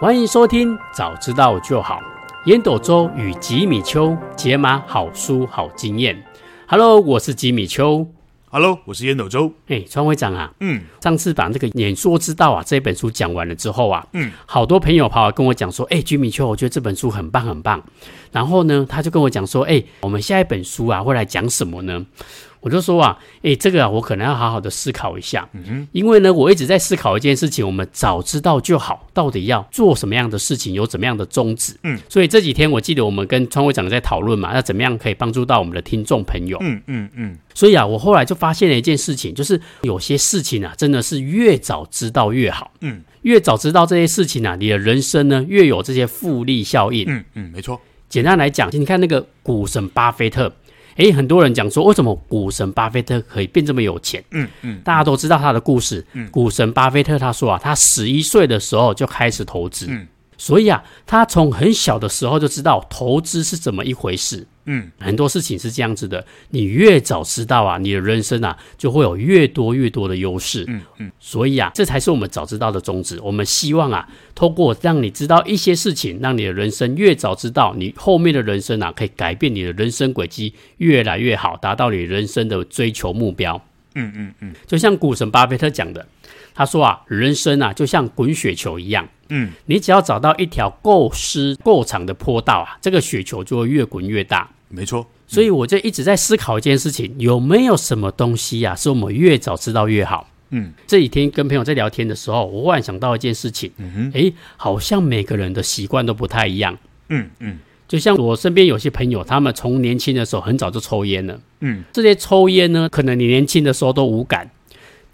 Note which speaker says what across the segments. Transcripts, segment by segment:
Speaker 1: 欢迎收听《早知道就好》，烟斗周与吉米秋解码好书好经验。Hello，我是吉米秋。
Speaker 2: Hello，我是烟斗周。
Speaker 1: 哎，川会长啊，
Speaker 2: 嗯，
Speaker 1: 上次把那个《演说之道啊》这本书讲完了之后啊，
Speaker 2: 嗯，
Speaker 1: 好多朋友跑来跟我讲说，哎，吉米秋，我觉得这本书很棒很棒。然后呢，他就跟我讲说，哎，我们下一本书啊会来讲什么呢？我就说啊，哎，这个啊，我可能要好好的思考一下，嗯、因为呢，我一直在思考一件事情，我们早知道就好，到底要做什么样的事情，有怎么样的宗旨，
Speaker 2: 嗯，
Speaker 1: 所以这几天我记得我们跟川会长在讨论嘛，那怎么样可以帮助到我们的听众朋友，
Speaker 2: 嗯嗯嗯，
Speaker 1: 所以啊，我后来就发现了一件事情，就是有些事情啊，真的是越早知道越好。
Speaker 2: 嗯，
Speaker 1: 越早知道这些事情啊，你的人生呢越有这些复利效应。
Speaker 2: 嗯嗯，没错。
Speaker 1: 简单来讲，你看那个股神巴菲特，诶，很多人讲说，为什么股神巴菲特可以变这么有钱？
Speaker 2: 嗯嗯
Speaker 1: 大家都知道他的故事。股神巴菲特他说啊，他十一岁的时候就开始投资，
Speaker 2: 嗯
Speaker 1: 所以啊，他从很小的时候就知道投资是怎么一回事。
Speaker 2: 嗯
Speaker 1: 很多事情是这样子的，你越早知道啊，你的人生啊就会有越多越多的优势。
Speaker 2: 嗯嗯
Speaker 1: 所以啊，这才是我们早知道的宗旨。我们希望啊，透过让你知道一些事情，让你的人生越早知道，你后面的人生啊可以改变你的人生轨迹，越来越好，达到你人生的追求目标。
Speaker 2: 嗯嗯嗯
Speaker 1: 就像股神巴菲特讲的，他说啊，人生啊就像滚雪球一样，
Speaker 2: 嗯
Speaker 1: 你只要找到一条够湿够长的坡道啊，这个雪球就会越滚越大。
Speaker 2: 没错。
Speaker 1: 所以我就一直在思考一件事情，有没有什么东西呀、是我们越早知道越好？
Speaker 2: 嗯
Speaker 1: 这几天跟朋友在聊天的时候，我忽然想到一件事情，
Speaker 2: 嗯
Speaker 1: 诶，好像每个人的习惯都不太一样。
Speaker 2: 嗯嗯
Speaker 1: 就像我身边有些朋友，他们从年轻的时候很早就抽烟了。
Speaker 2: 嗯，
Speaker 1: 这些抽烟呢，可能你年轻的时候都无感，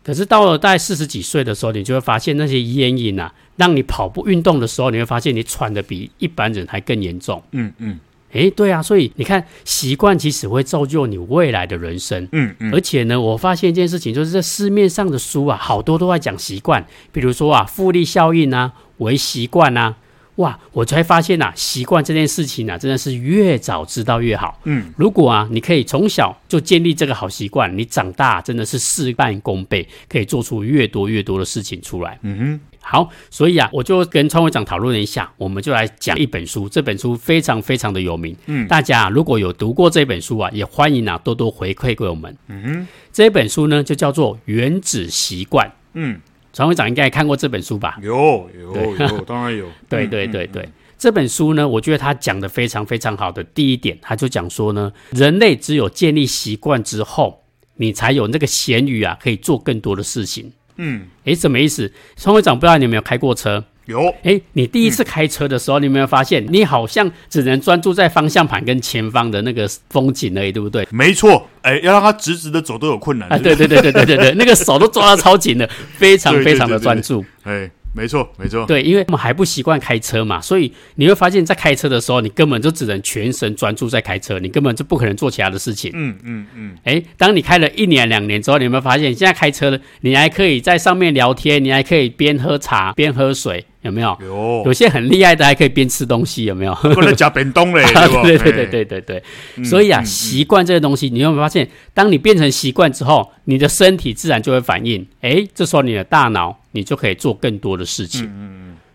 Speaker 1: 可是到了大概四十几岁的时候，你就会发现那些烟瘾啊，让你跑步运动的时候，你会发现你喘的比一般人还更严重。
Speaker 2: 嗯嗯
Speaker 1: 诶，对啊，所以你看，习惯其实会造就你未来的人生。
Speaker 2: 嗯嗯
Speaker 1: 而且呢，我发现一件事情，就是这市面上的书啊，好多都在讲习惯，比如说啊，复利效应啊，为习惯啊。哇，我才发现啊，习惯这件事情啊，真的是越早知道越好。
Speaker 2: 嗯，
Speaker 1: 如果啊，你可以从小就建立这个好习惯，你长大真的是事半功倍，可以做出越多越多的事情出来。
Speaker 2: 嗯
Speaker 1: 好，所以啊，我就跟川会长讨论了一下，我们就来讲一本书。这本书非常非常的有名，
Speaker 2: 嗯
Speaker 1: 大家、啊、如果有读过这本书啊，也欢迎啊多多回馈给我们。
Speaker 2: 嗯
Speaker 1: 这本书呢就叫做《原子习惯》，
Speaker 2: 嗯，
Speaker 1: 常会长应该也看过这本书吧？
Speaker 2: 有有有，当然 有。嗯
Speaker 1: 对对对对，这本书呢，我觉得他讲的非常非常好的第一点，他就讲说呢，人类只有建立习惯之后，你才有那个闲鱼啊，可以做更多的事情。
Speaker 2: 嗯，
Speaker 1: 诶，什么意思？常会长，不知道你有没有开过车？
Speaker 2: 有
Speaker 1: 诶，你第一次开车的时候，你有没有发现，你好像只能专注在方向盘跟前方的那个风景而已，对不对？
Speaker 2: 没错。哎，要让他直直的走都有困难
Speaker 1: 啊，对。对对对对对对，那个手都抓得超紧的，非常非常的专注。
Speaker 2: 哎，没错没错。
Speaker 1: 对，因为我们还不习惯开车嘛，所以你会发现在开车的时候，你根本就只能全神专注在开车，你根本就不可能做其他的事情。
Speaker 2: 嗯嗯嗯
Speaker 1: 哎，当你开了一年两年之后，你有没有发现，现在开车了，你还可以在上面聊天，你还可以边喝茶边喝水，有没有？有
Speaker 2: 有，
Speaker 1: 些很厉害的还可以边吃东西，有没有？
Speaker 2: 不能夹便 当嘞，
Speaker 1: 啊对
Speaker 2: 对哎
Speaker 1: 对对对对对，所以啊，习惯这个东西，你有没有发现，当你变成习惯之后，你的身体自然就会反应，诶，这时候你的大脑你就可以做更多的事情。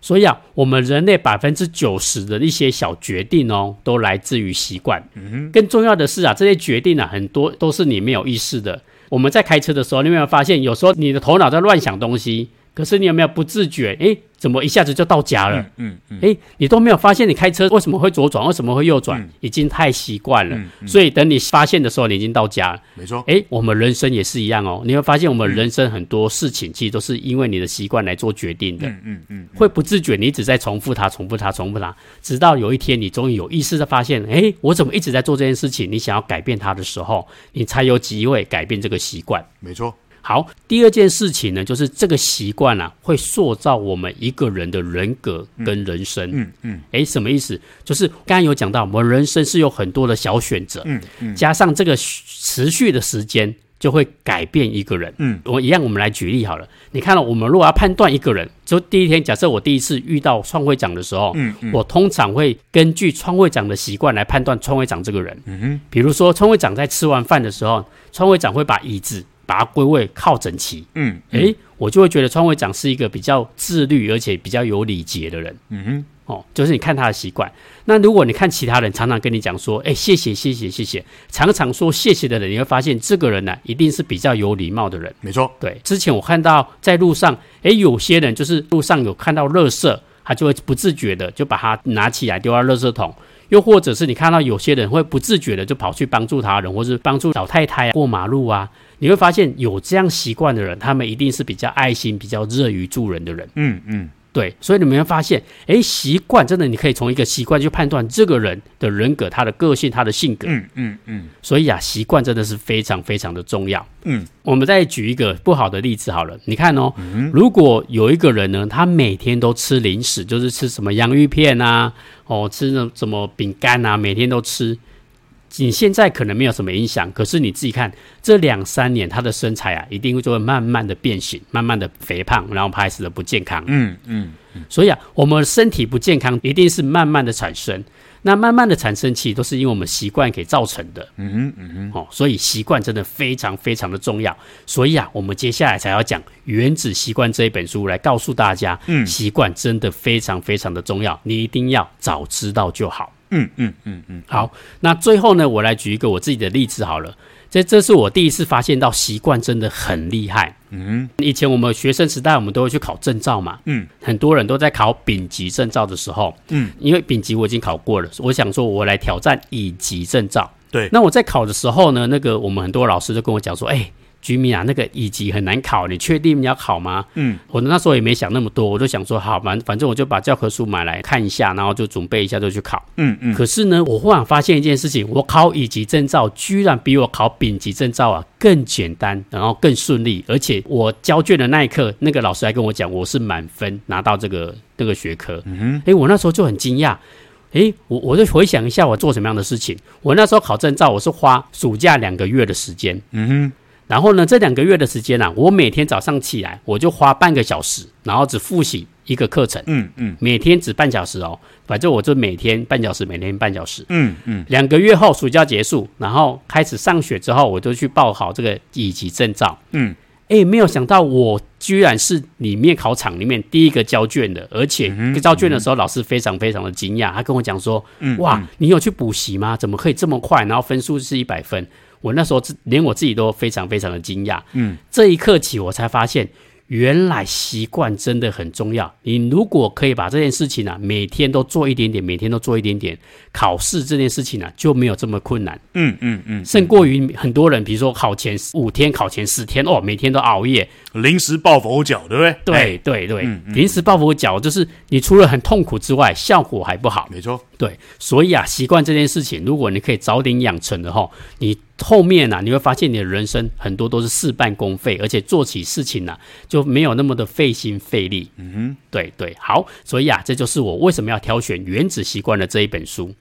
Speaker 1: 所以啊，我们人类百分之九十的一些小决定哦，都来自于习惯。更重要的是啊，这些决定啊，很多都是你没有意识的。我们在开车的时候，你有没有发现，有时候你的头脑在乱想东西，可是你有没有不自觉？诶，怎么一下子就到家了？
Speaker 2: 嗯嗯
Speaker 1: 诶，你都没有发现你开车为什么会左转，为什么会右
Speaker 2: 嗯
Speaker 1: 转，已经太习惯了。所以等你发现的时候，你已经到家了。
Speaker 2: 没错。
Speaker 1: 诶，我们人生也是一样哦，你会发现我们人生很多事情其实都是因为你的习惯来做决定的。
Speaker 2: 嗯嗯嗯
Speaker 1: 会不自觉，你一直在重复它、重复它、重复它，直到有一天你终于有意识的发现，诶，我怎么一直在做这件事情？你想要改变它的时候，你才有机会改变这个习惯。
Speaker 2: 没错。
Speaker 1: 好，第二件事情呢，就是这个习惯啊，会塑造我们一个人的人格跟人生。
Speaker 2: 嗯嗯
Speaker 1: 诶，什么意思？就是刚刚有讲到，我们人生是有很多的小选择，
Speaker 2: 嗯嗯
Speaker 1: 加上这个持续的时间，就会改变一个人。
Speaker 2: 嗯
Speaker 1: 我一样，我们来举例好了。你看了、哦我们如果要判断一个人，就第一天，假设我第一次遇到创会长的时候，
Speaker 2: 嗯嗯
Speaker 1: 我通常会根据创会长的习惯来判断创会长这个人。
Speaker 2: 嗯
Speaker 1: 比如说，创会长在吃完饭的时候，创会长会把椅子把它归位靠整齐。
Speaker 2: 嗯
Speaker 1: 诶，我就会觉得川会长是一个比较自律而且比较有礼节的人。
Speaker 2: 嗯哼，
Speaker 1: 哦，就是你看他的习惯。那如果你看其他人常常跟你讲说，哎、谢谢，谢谢，谢谢，常常说谢谢的人，你会发现这个人呢、一定是比较有礼貌的人。
Speaker 2: 没错，
Speaker 1: 对，之前我看到在路上，哎，有些人就是路上有看到垃圾，他就会不自觉的就把它拿起来丢到垃圾桶。又或者是你看到有些人会不自觉的就跑去帮助他人，或是帮助老太太、啊、过马路啊，你会发现有这样习惯的人，他们一定是比较爱心、比较热于助人的人。
Speaker 2: 嗯嗯，
Speaker 1: 对，所以你们会发现，哎，习惯真的你可以从一个习惯去判断这个人的人格、他的个性、他的性格。
Speaker 2: 嗯嗯嗯，
Speaker 1: 所以啊，习惯真的是非常非常的重要。
Speaker 2: 嗯，
Speaker 1: 我们再举一个不好的例子好了，你看哦，如果有一个人呢，他每天都吃零食，就是吃什么洋芋片啊，哦，吃那什么饼干啊，每天都吃。你现在可能没有什么影响，可是你自己看，这两三年他的身材啊，一定会就会慢慢的变形，慢慢的肥胖，然后开始的不健康。
Speaker 2: 嗯嗯，
Speaker 1: 所以啊，我们身体不健康一定是慢慢的产生，那慢慢的产生其实都是因为我们习惯给造成的。嗯哼，嗯哼，哦，所以习惯真的非常非常的重要。所以啊，我们接下来才要讲《原子习惯》这一本书来告诉大家，嗯，习惯真的非常非常的重要，你一定要早知道就好。
Speaker 2: 嗯嗯嗯嗯，
Speaker 1: 好，那最后呢，我来举一个我自己的例子好了。这这是我第一次发现到习惯真的很厉害。
Speaker 2: 嗯，
Speaker 1: 以前我们学生时代，我们都会去考证照嘛。
Speaker 2: 嗯，
Speaker 1: 很多人都在考丙级证照的时候，
Speaker 2: 嗯，
Speaker 1: 因为丙级我已经考过了，我想说我来挑战乙级证照。
Speaker 2: 对
Speaker 1: 那我在考的时候呢，那个我们很多老师就跟我讲说，哎、居民啊，那个乙级很难考，你确定你要考吗？
Speaker 2: 嗯，
Speaker 1: 我那时候也没想那么多，我就想说，好，反反正我就把教科书买来看一下，然后就准备一下就去考。
Speaker 2: 嗯嗯，
Speaker 1: 可是呢，我忽然发现一件事情，我考乙级证照居然比我考丙级证照啊更简单，然后更顺利，而且我交卷的那一刻，那个老师还跟我讲，我是满分拿到这个这个学科。嗯诶，我那时候就很惊讶。诶，我我就回想一下我做什么样的事情。我那时候考证照，我是花暑假两个月的时间，
Speaker 2: 嗯哼，
Speaker 1: 然后呢，这两个月的时间啊，我每天早上起来，我就花半个小时，然后只复习一个课程，
Speaker 2: 嗯嗯
Speaker 1: 每天只半小时哦。反正我就每天半小时，每天半小时。
Speaker 2: 嗯嗯，
Speaker 1: 两个月后暑假结束，然后开始上学之后，我就去报考这个乙级证照。
Speaker 2: 嗯，
Speaker 1: 诶，没有想到我居然是里面考场里面第一个交卷的，而且
Speaker 2: 嗯
Speaker 1: 交卷的时候，老师非常非常的惊讶，他跟我讲说：“
Speaker 2: 嗯
Speaker 1: 哇，你有去补习吗？怎么可以这么快？然后分数是一百分。”我那时候自连我自己都非常非常的惊讶。
Speaker 2: 嗯，
Speaker 1: 这一刻起，我才发现原来习惯真的很重要。你如果可以把这件事情啊，每天都做一点点，每天都做一点点，考试这件事情啊就没有这么困难。
Speaker 2: 嗯嗯嗯
Speaker 1: 胜过于很多人，比如说考前五天、考前十天哦，每天都熬夜。
Speaker 2: 嗯，临时抱佛脚，对不对？哎
Speaker 1: 对对对，临时抱佛脚就是你除了很痛苦之外，效果还不好
Speaker 2: 哎，。没错，
Speaker 1: 对，所以啊，习惯这件事情，如果你可以早点养成的话，你后面啊，你会发现你的人生很多都是事半功倍，而且做起事情呢、就没有那么的费心费力。嗯哼，对对，好，所以啊，这就是我为什么要挑选《原子习惯》的这一本书。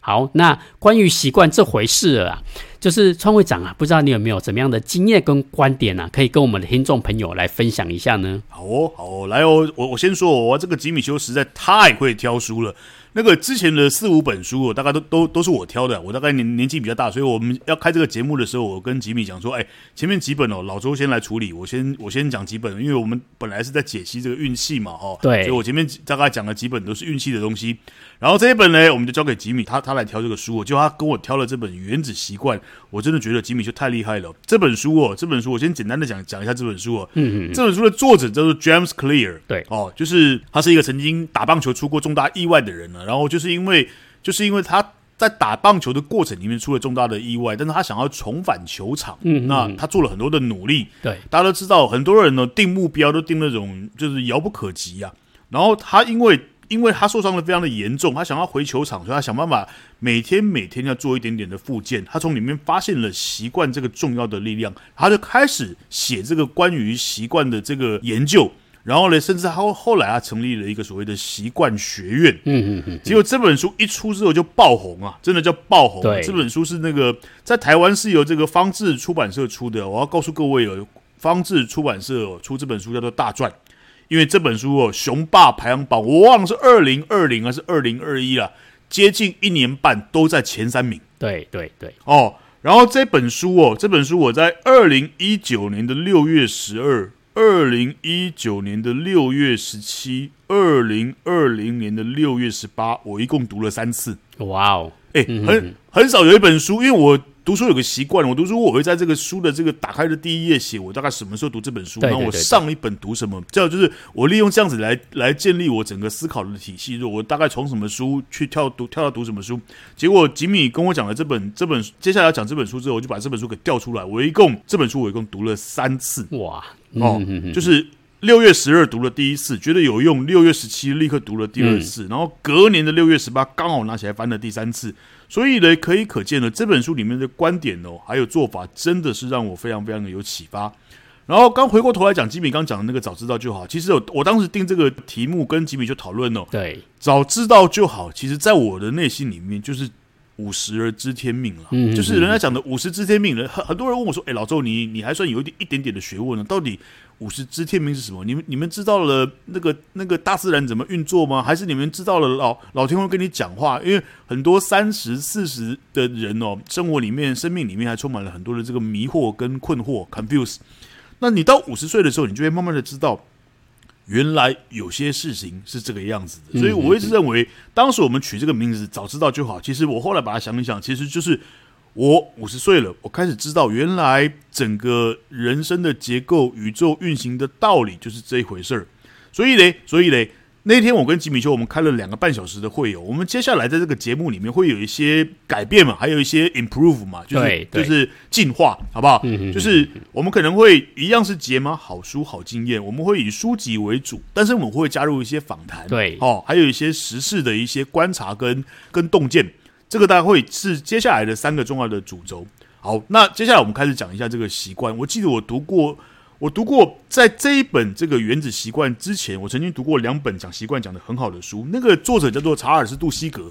Speaker 1: 好，那关于习惯这回事了啊，就是川会长啊，不知道你有没有怎么样的经验跟观点啊，可以跟我们的听众朋友来分享一下呢？
Speaker 2: 好哦，好哦，来哦，我我先说哦，我这个吉米修实在太会挑书了。那个之前的四五本书哦，我大概都都都是我挑的。我大概年年纪比较大，所以我们要开这个节目的时候，我跟吉米讲说，哎，前面几本哦，老周先来处理，我先我先讲几本，因为我们本来是在解析这个运气嘛，哦，
Speaker 1: 对
Speaker 2: 所以我前面大概讲了几本都是运气的东西。然后这一本呢，我们就交给吉米，他他来挑这个书哦，就他跟我挑了这本《原子习惯》，我真的觉得吉米就太厉害了。这本书哦，这本书我先简单的讲讲一下这本书哦，嗯嗯，这本书的作者叫做 James Clear，
Speaker 1: 对
Speaker 2: 哦，就是他是一个曾经打棒球出过重大意外的人呢，然后就是因为就是因为他。在打棒球的过程里面出了重大的意外，但是他想要重返球场，嗯那他做了很多的努力，
Speaker 1: 对，
Speaker 2: 大家都知道，很多人呢定目标都定那种就是遥不可及啊。然后他因为因为他受伤的非常的严重，他想要回球场，所以他想办法每天每天要做一点点的复健。他从里面发现了习惯这个重要的力量，他就开始写这个关于习惯的这个研究。然后呢，甚至他后后来他啊成立了一个所谓的习惯学院，
Speaker 1: 嗯嗯嗯，
Speaker 2: 结果这本书一出之后就爆红啊，真的叫爆红。
Speaker 1: 对
Speaker 2: 这本书是那个在台湾是由这个方志出版社出的。我要告诉各位哦，方志出版社、哦、出这本书叫做《大赚》，因为这本书哦，雄霸排行榜我忘了是二零二零还是二零二一了，接近一年半都在前三名。
Speaker 1: 对对对，
Speaker 2: 哦。然后这本书哦，这本书我在二零一九年的六月十二二零一九年的六月十七，二零二零年的六月十八，我一共读了三次。
Speaker 1: 哇哦，
Speaker 2: 哎、很很少有一本书，因为我读书有个习惯，我读书我会在这个书的这个打开的第一页写我大概什么时候读这本书，
Speaker 1: 对对
Speaker 2: 然后我
Speaker 1: 对对
Speaker 2: 上一本读什么，这样就是我利用这样子来来建立我整个思考的体系，就我大概从什么书去跳读跳到读什么书。结果吉米跟我讲了这本这本接下来要讲这本书之后，我就把这本书给调出来，我一共这本书我一共读了三次
Speaker 1: 哇，嗯
Speaker 2: 哦，就是。六月十二读了第一次，觉得有用；六月十七立刻读了第二次，然后隔年的六月十八刚好拿起来翻了第三次。所以呢，可以可见呢，这本书里面的观点哦，还有做法，真的是让我非常非常的有启发。然后刚回过头来讲，吉米刚讲的那个早知道就好，其实我我当时定这个题目跟吉米就讨论哦，
Speaker 1: 对，
Speaker 2: 早知道就好，其实在我的内心里面就是五十而知天命了，
Speaker 1: 嗯
Speaker 2: 就是人家讲的五十知天命人，很很多人问我说，哎，老周你你还算有一点一点点的学问呢，到底五十知天命是什么？你们你们知道了那个那个大自然怎么运作吗？还是你们知道了老老天会跟你讲话？因为很多三十四十的人哦，生活里面生命里面还充满了很多的这个迷惑跟困惑 confuse。那你到五十岁的时候，你就会慢慢的知道。原来有些事情是这个样子
Speaker 1: 嗯
Speaker 2: 的，所以我一直认为，当时我们取这个名字“早知道就好”。其实我后来把它想一想，其实就是我五十岁了，我开始知道原来整个人生的结构、宇宙运行的道理就是这一回事儿。所以嘞，所以嘞，那天我跟吉米修，我们开了两个半小时的会哦。我们接下来在这个节目里面会有一些改变嘛，还有一些 improve 嘛，就是
Speaker 1: 对对嗯
Speaker 2: 就是进化，好不好？就是我们可能会一样是解码好书好经验，我们会以书籍为主，但是我们会加入一些访谈，
Speaker 1: 对
Speaker 2: 哦，还有一些时事的一些观察跟跟洞见，这个大概会是接下来的三个重要的主轴。好，那接下来我们开始讲一下这个习惯。我记得我读过，我读过在这一本这个《原子习惯》之前，我曾经读过两本讲习惯讲的很好的书，那个作者叫做查尔斯·杜西格。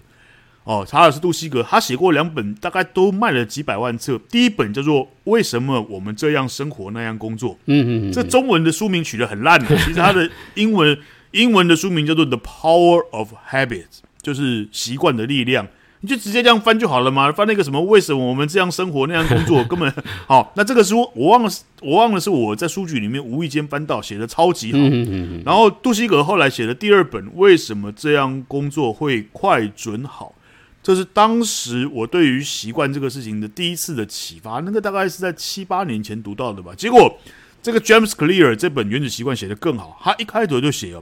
Speaker 2: 哦，查尔斯·杜西格，他写过两本，大概都卖了几百万册。第一本叫做《为什么我们这样生活那样工作》，
Speaker 1: 嗯嗯
Speaker 2: 这中文的书名取得很烂的，其实它的英文英文的书名叫做《The Power of Habits》，就是习惯的力量。你就直接这样翻就好了嘛，翻那个什么为什么我们这样生活那样工作，根本 好。那这个书我忘了是，我忘了是我在书局里面无意间翻到，写的超级好。
Speaker 1: 嗯
Speaker 2: 然后杜西格后来写的第二本《为什么这样工作会快准好》，这是当时我对于习惯这个事情的第一次的启发。那个大概是在七八年前读到的吧。结果这个 James Clear 这本《原子习惯》写得更好，他一开头就写了：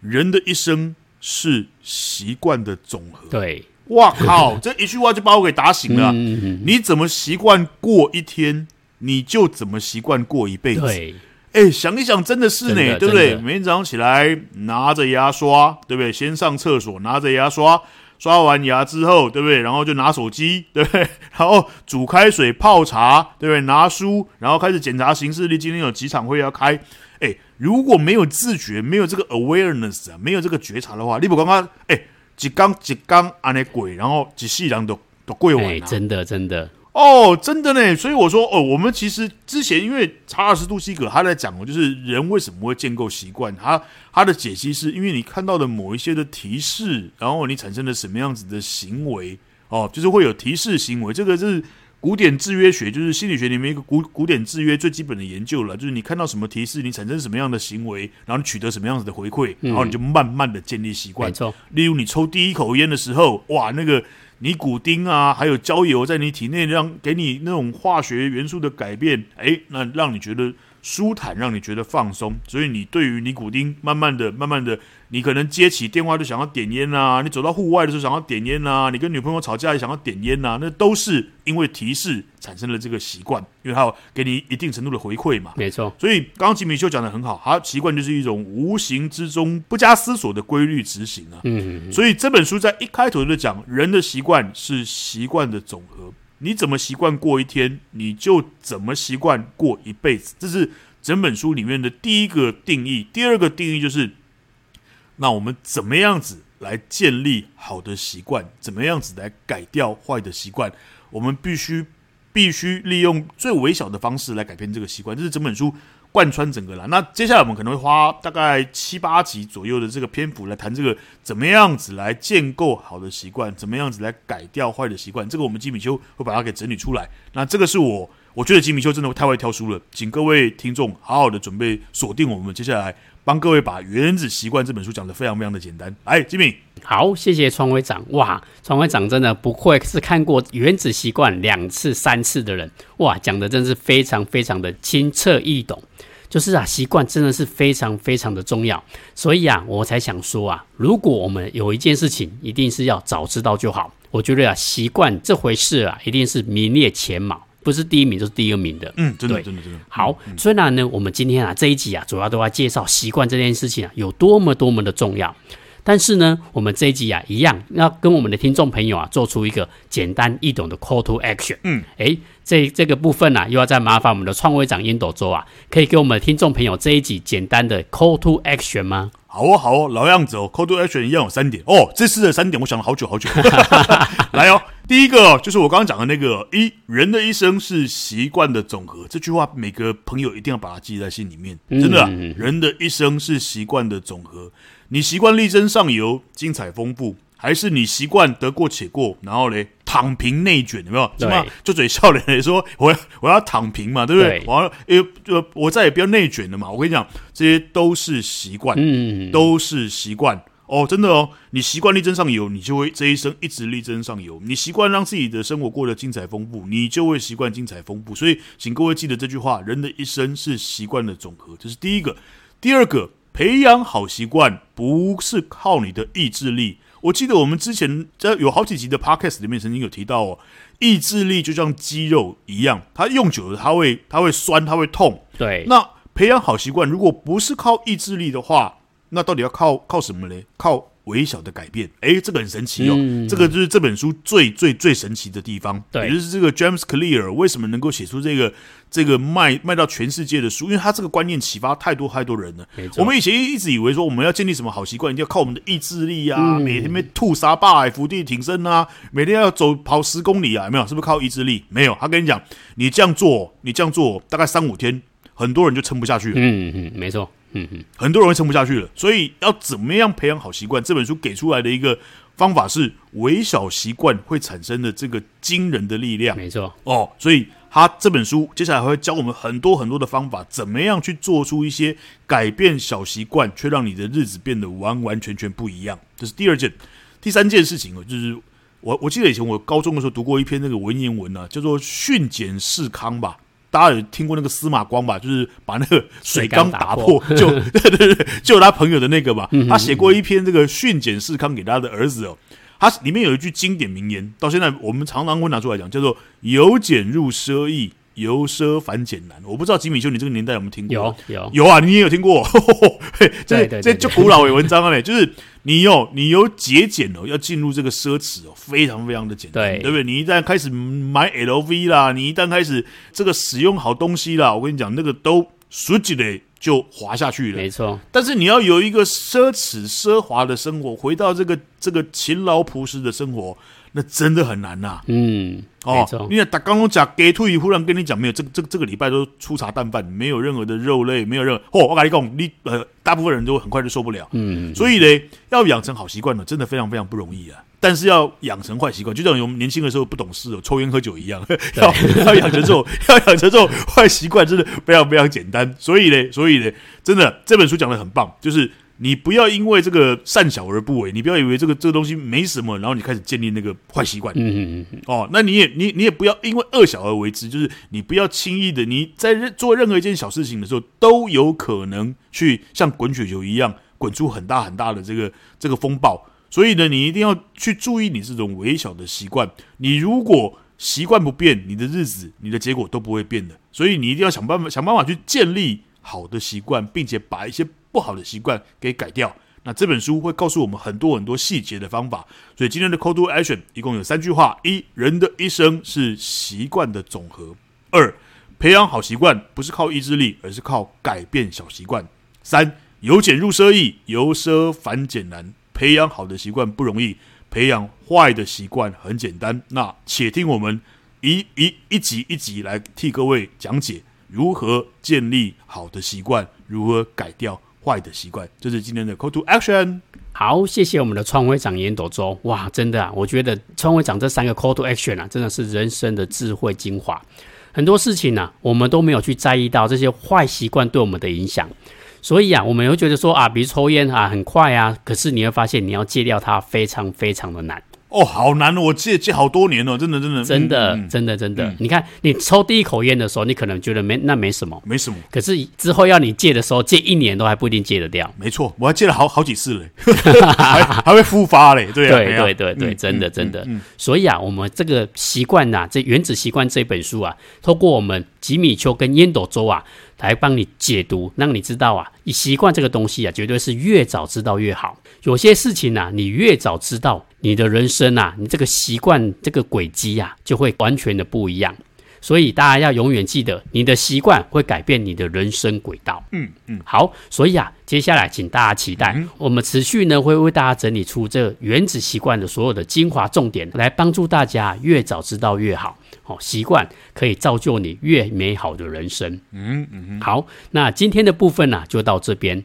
Speaker 2: 人的一生是习惯的总和。
Speaker 1: 对，
Speaker 2: 哇靠！这一句话就把我给打醒了啊。
Speaker 1: 嗯嗯
Speaker 2: 你怎么习惯过一天，你就怎么习惯过一辈
Speaker 1: 嗯，
Speaker 2: 子。
Speaker 1: 对，
Speaker 2: 哎，想一想，真的是
Speaker 1: 真
Speaker 2: 呢，
Speaker 1: 的
Speaker 2: 对不对？
Speaker 1: 真的
Speaker 2: 每天早上起来拿着牙刷，对不对？先上厕所，拿着牙刷，刷完牙之后，对不对？然后就拿手机，对不 对？然后煮开水泡茶，对不对？拿书，然后开始检查行事历，今天有几场会要开。哎，如果没有自觉，没有这个 awareness 啊，没有这个觉察的话，你不刚刚哎，一缸一缸安尼鬼，然后一世人都都过完
Speaker 1: 哎，
Speaker 2: 啊。
Speaker 1: 真的真的，
Speaker 2: 哦，真的呢，所以我说哦，我们其实之前因为查尔斯·杜西格他在讲哦，就是人为什么会建构习惯，他他的解析是因为你看到的某一些的提示，然后你产生了什么样子的行为哦，就是会有提示行为，这个是古典制约学，就是心理学里面一个古古典制约最基本的研究了，就是你看到什么提示，你产生什么样的行为，然后你取得什么样子的回馈，然后你就慢慢的建立习惯
Speaker 1: 没。错，
Speaker 2: 例如你抽第一口烟的时候，哇，那个尼古丁啊，还有焦油在你体内让给你那种化学元素的改变，哎，那让你觉得舒坦，让你觉得放松，所以你对于尼古丁，慢慢的、慢慢的，你可能接起电话就想要点烟啊，你走到户外的时候想要点烟啊，你跟女朋友吵架也想要点烟啊，那都是因为提示产生了这个习惯，因为它有给你一定程度的回馈嘛。
Speaker 1: 没错，
Speaker 2: 所以刚刚吉米秀讲的很好，他习惯就是一种无形之中不加思索的规律执行啊。
Speaker 1: 嗯，
Speaker 2: 所以这本书在一开头就讲，人的习惯是习惯的总和。你怎么习惯过一天，你就怎么习惯过一辈子。这是整本书里面的第一个定义。第二个定义就是，那我们怎么样子来建立好的习惯？怎么样子来改掉坏的习惯？我们必须必须利用最微小的方式来改变这个习惯，这是整本书贯穿整个啦。那接下来我们可能会花大概七八集左右的这个篇幅来谈这个怎么样子来建构好的习惯，怎么样子来改掉坏的习惯。这个我们基米修会把它给整理出来。那这个是我我觉得吉米秀真的太会挑书了，请各位听众好好的准备锁定我们接下来帮各位把《原子习惯》这本书讲的非常非常的简单。哎，吉米，
Speaker 1: 好，谢谢川会长。哇，川会长真的不愧是看过《原子习惯》两次、三次的人，哇，讲的真是非常非常的清澈易懂。就是啊，习惯真的是非常非常的重要，所以啊，我才想说啊，如果我们有一件事情，一定是要早知道就好。我觉得啊，习惯这回事啊，一定是名列前茅，不是第一名就是第二名的。
Speaker 2: 嗯，真的，
Speaker 1: 对
Speaker 2: 真的，真的，
Speaker 1: 好，虽然呢，我们今天啊这一集啊，主要都要介绍习惯这件事情啊有多么多么的重要，但是呢，我们这一集啊一样要跟我们的听众朋友啊做出一个简单易懂的 call to action。
Speaker 2: 嗯，
Speaker 1: 诶，这这个部分呢、啊，又要再麻烦我们的创会长烟斗周啊，可以给我们的听众朋友这一集简单的 call to action 吗？
Speaker 2: 好哦，好哦，老样子哦，Call to Action 一样有三点哦。这次的三点，我想了好久好久。 来哦，第一个哦就是我刚刚讲的那个一人的一生是习惯的总和，这句话每个朋友一定要把它记在心里面，真的啊、人的一生是习惯的总和。你习惯力争上游，精彩丰富，还是你习惯得过且过，然后嘞躺平内卷，有没有？什
Speaker 1: 对
Speaker 2: 么就嘴笑脸地说 我要我要躺平嘛，对不对？
Speaker 1: 对
Speaker 2: 我要呃呃我再也不要内卷了嘛。我跟你讲，这些都是习惯。
Speaker 1: 嗯，
Speaker 2: 都是习惯哦，真的哦，你习惯力争上游，你就会这一生一直力争上游。你习惯让自己的生活过得精彩丰富，你就会习惯精彩丰富。所以，请各位记得这句话：人的一生是习惯的总和，这是第一个。第二个，培养好习惯不是靠你的意志力。我记得我们之前在有好几集的 podcast 里面曾经有提到哦，意志力就像肌肉一样，它用久了它会它会酸，它会痛，
Speaker 1: 对，
Speaker 2: 那培养好习惯，如果不是靠意志力的话，那到底要靠靠什么嘞？靠微小的改变。诶，这个很神奇哦，这个就是这本书最最最神奇的地方。
Speaker 1: 嗯对
Speaker 2: 也就是这个 James Clear 为什么能够写出这个这个卖卖到全世界的书，因为他这个观念启发太多太多人了。
Speaker 1: 没错
Speaker 2: 我们以前一直以为说我们要建立什么好习惯，一定要靠我们的意志力
Speaker 1: 嗯
Speaker 2: 啊，每天被吐沙巴、欸、伏地挺身啊，每天要走跑十公里啊，有没有？是不是靠意志力？没有，他跟你讲，你这样做，你这样做，大概三五天，很多人就撑不下去了，
Speaker 1: 嗯嗯，没错，嗯嗯，
Speaker 2: 很多人会撑不下去了。所以要怎么样培养好习惯？这本书给出来的一个方法是，微小习惯会产生的这个惊人的力量。
Speaker 1: 没错，
Speaker 2: 哦，所以他这本书接下来会教我们很多很多的方法，怎么样去做出一些改变小习惯，却让你的日子变得完完全全不一样。这是第二件，第三件事情哦，就是我我记得以前我高中的时候读过一篇那个文言文啊，叫做“训俭示康”吧。大家有听过那个司马光吧？就是把那个水缸打破，就 对对对，就他朋友的那个吧。他写过一篇这个“训俭示康”给他的儿子哦，它里面有一句经典名言，到现在我们常常会拿出来讲，叫做“由俭入奢易，由奢反俭难”。我不知道吉米修，你这个年代有没有听过？
Speaker 1: 有有，
Speaker 2: 有啊，你也有听过， 嘿这
Speaker 1: 对对
Speaker 2: 这
Speaker 1: 对
Speaker 2: 就
Speaker 1: 对
Speaker 2: 古老的文章了嘞，就是你有你有节俭哦，要进入这个奢侈哦，非常非常的简单，
Speaker 1: 对
Speaker 2: 对不对？你一旦开始买 LV 啦，你一旦开始这个使用好东西啦，我跟你讲，那个都熟起来就滑下去了，
Speaker 1: 没错，
Speaker 2: 但是你要有一个奢侈奢华的生活，回到这个这个勤劳朴实的生活，那真的很难啊呐、
Speaker 1: 嗯，没
Speaker 2: 哦
Speaker 1: 错，
Speaker 2: 你看，打刚刚讲给退，忽然跟你讲没有，这个这个这个礼拜都粗茶淡饭，没有任何的肉类，没有任何。哦，我跟你讲，你呃，大部分人都很快就受不了。
Speaker 1: 嗯，
Speaker 2: 所以呢，要养成好习惯呢，真的非常非常不容易啊。但是要养成坏习惯，就像我们年轻的时候不懂事哦，抽烟喝酒一样，要要养成这种 要养成这种坏习惯，真的非常非常简单。所以呢，所以呢，真的这本书讲的很棒，就是你不要因为这个善小而不为，你不要以为这个这个东西没什么，然后你开始建立那个坏习惯。
Speaker 1: 嗯嗯嗯，
Speaker 2: 哦，那你也你你也不要因为恶小而为之，就是你不要轻易的，你在任做任何一件小事情的时候，都有可能去像滚雪球一样滚出很大很大的这个这个风暴。所以呢，你一定要去注意你这种微小的习惯。你如果习惯不变，你的日子、你的结果都不会变的。所以你一定要想办法想办法去建立好的习惯，并且把一些不好的习惯给改掉。那这本书会告诉我们很多很多细节的方法，所以今天的 Call to Action 一共有三句话：一、人的一生是习惯的总和；二、培养好习惯不是靠意志力，而是靠改变小习惯；三、由俭入奢易，由奢反俭难。培养好的习惯不容易，培养坏的习惯很简单。那且听我们一一一集一集来替各位讲解如何建立好的习惯，如何改掉坏的习惯。这是今天的 Call to Action。
Speaker 1: 好，谢谢我们的创会长严斗周。哇，真的啊，我觉得创会长这三个 call to action 啊，真的是人生的智慧精华。很多事情呢、我们都没有去在意到这些坏习惯对我们的影响。所以啊，我们会觉得说啊，比如抽烟啊，很快啊，可是你会发现你要戒掉它非常非常的难，
Speaker 2: 哦，好难哦，我戒戒好多年哦，真的真的
Speaker 1: 真的，
Speaker 2: 嗯嗯
Speaker 1: 真的，真的。你看，你抽第一口烟的时候，你可能觉得没那没什么，
Speaker 2: 没什么，
Speaker 1: 可是之后要你戒的时候，戒一年都还不一定戒得掉。
Speaker 2: 没错，我还戒了好好几次嘞， 还还会复发嘞，对啊，
Speaker 1: 对
Speaker 2: 啊
Speaker 1: 对对对，
Speaker 2: 嗯
Speaker 1: 真的真的。所以啊，我们这个习惯呐，这《原子习惯》这本书啊，透过我们吉米丘跟烟斗周啊，来帮你解读，让你知道啊，你习惯这个东西啊，绝对是越早知道越好。有些事情啊，你越早知道，你的人生啊，你这个习惯这个轨迹啊，就会完全的不一样。所以大家要永远记得，你的习惯会改变你的人生轨道。
Speaker 2: 嗯嗯，
Speaker 1: 好，所以啊，接下来请大家期待，我们持续呢会为大家整理出这《原子习惯》的所有的精华重点，来帮助大家越早知道越好。好、习惯可以造就你越美好的人生。嗯嗯，好，那今天的部分呢、就到这边。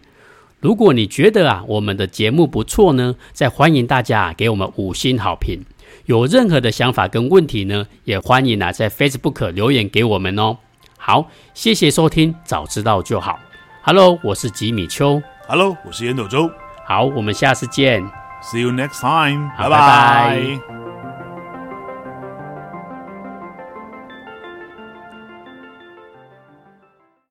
Speaker 1: 如果你觉得啊我们的节目不错呢，再欢迎大家啊给我们五星好评。有任何的想法跟问题呢，也欢迎啊在 Facebook 留言给我们哦。好，谢谢收听，早知道就好。Hello，我是吉米秋。
Speaker 2: Hello，我是烟斗周
Speaker 1: 好，我们下次见。
Speaker 2: ，See you next time，
Speaker 1: 好拜
Speaker 2: 拜
Speaker 1: 拜
Speaker 2: 拜